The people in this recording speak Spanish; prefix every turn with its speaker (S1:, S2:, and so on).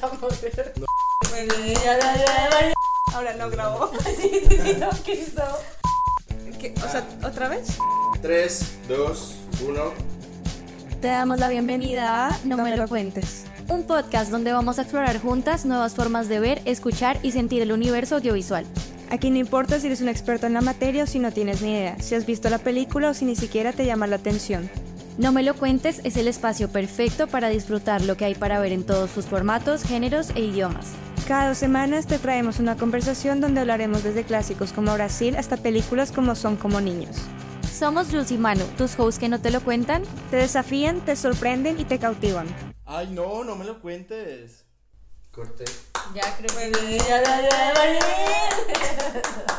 S1: Vamos a ver.
S2: Ahora no grabó.
S1: Sí, sí, sí, no, ¿qué hizo?
S2: ¿Qué? O sea, ¿otra vez?
S3: 3, 2, 1.
S4: Te damos la bienvenida a No me lo cuentes, un podcast donde vamos a explorar juntas nuevas formas de ver, escuchar y sentir el universo audiovisual.
S2: Aquí no importa si eres un experto en la materia o si no tienes ni idea, si has visto la película o si ni siquiera te llama la atención.
S4: No me lo cuentes es el espacio perfecto para disfrutar lo que hay para ver en todos sus formatos, géneros e idiomas.
S2: Cada dos semanas te traemos una conversación donde hablaremos desde clásicos como Brasil hasta películas como Son como niños.
S4: Somos Jules y Manu, tus hosts que no te lo cuentan.
S2: Te desafían, te sorprenden y te cautivan.
S5: Ay, no, no me lo cuentes.
S3: Corté.
S1: Ya creo que. Ya, ya, ya, ya, ya.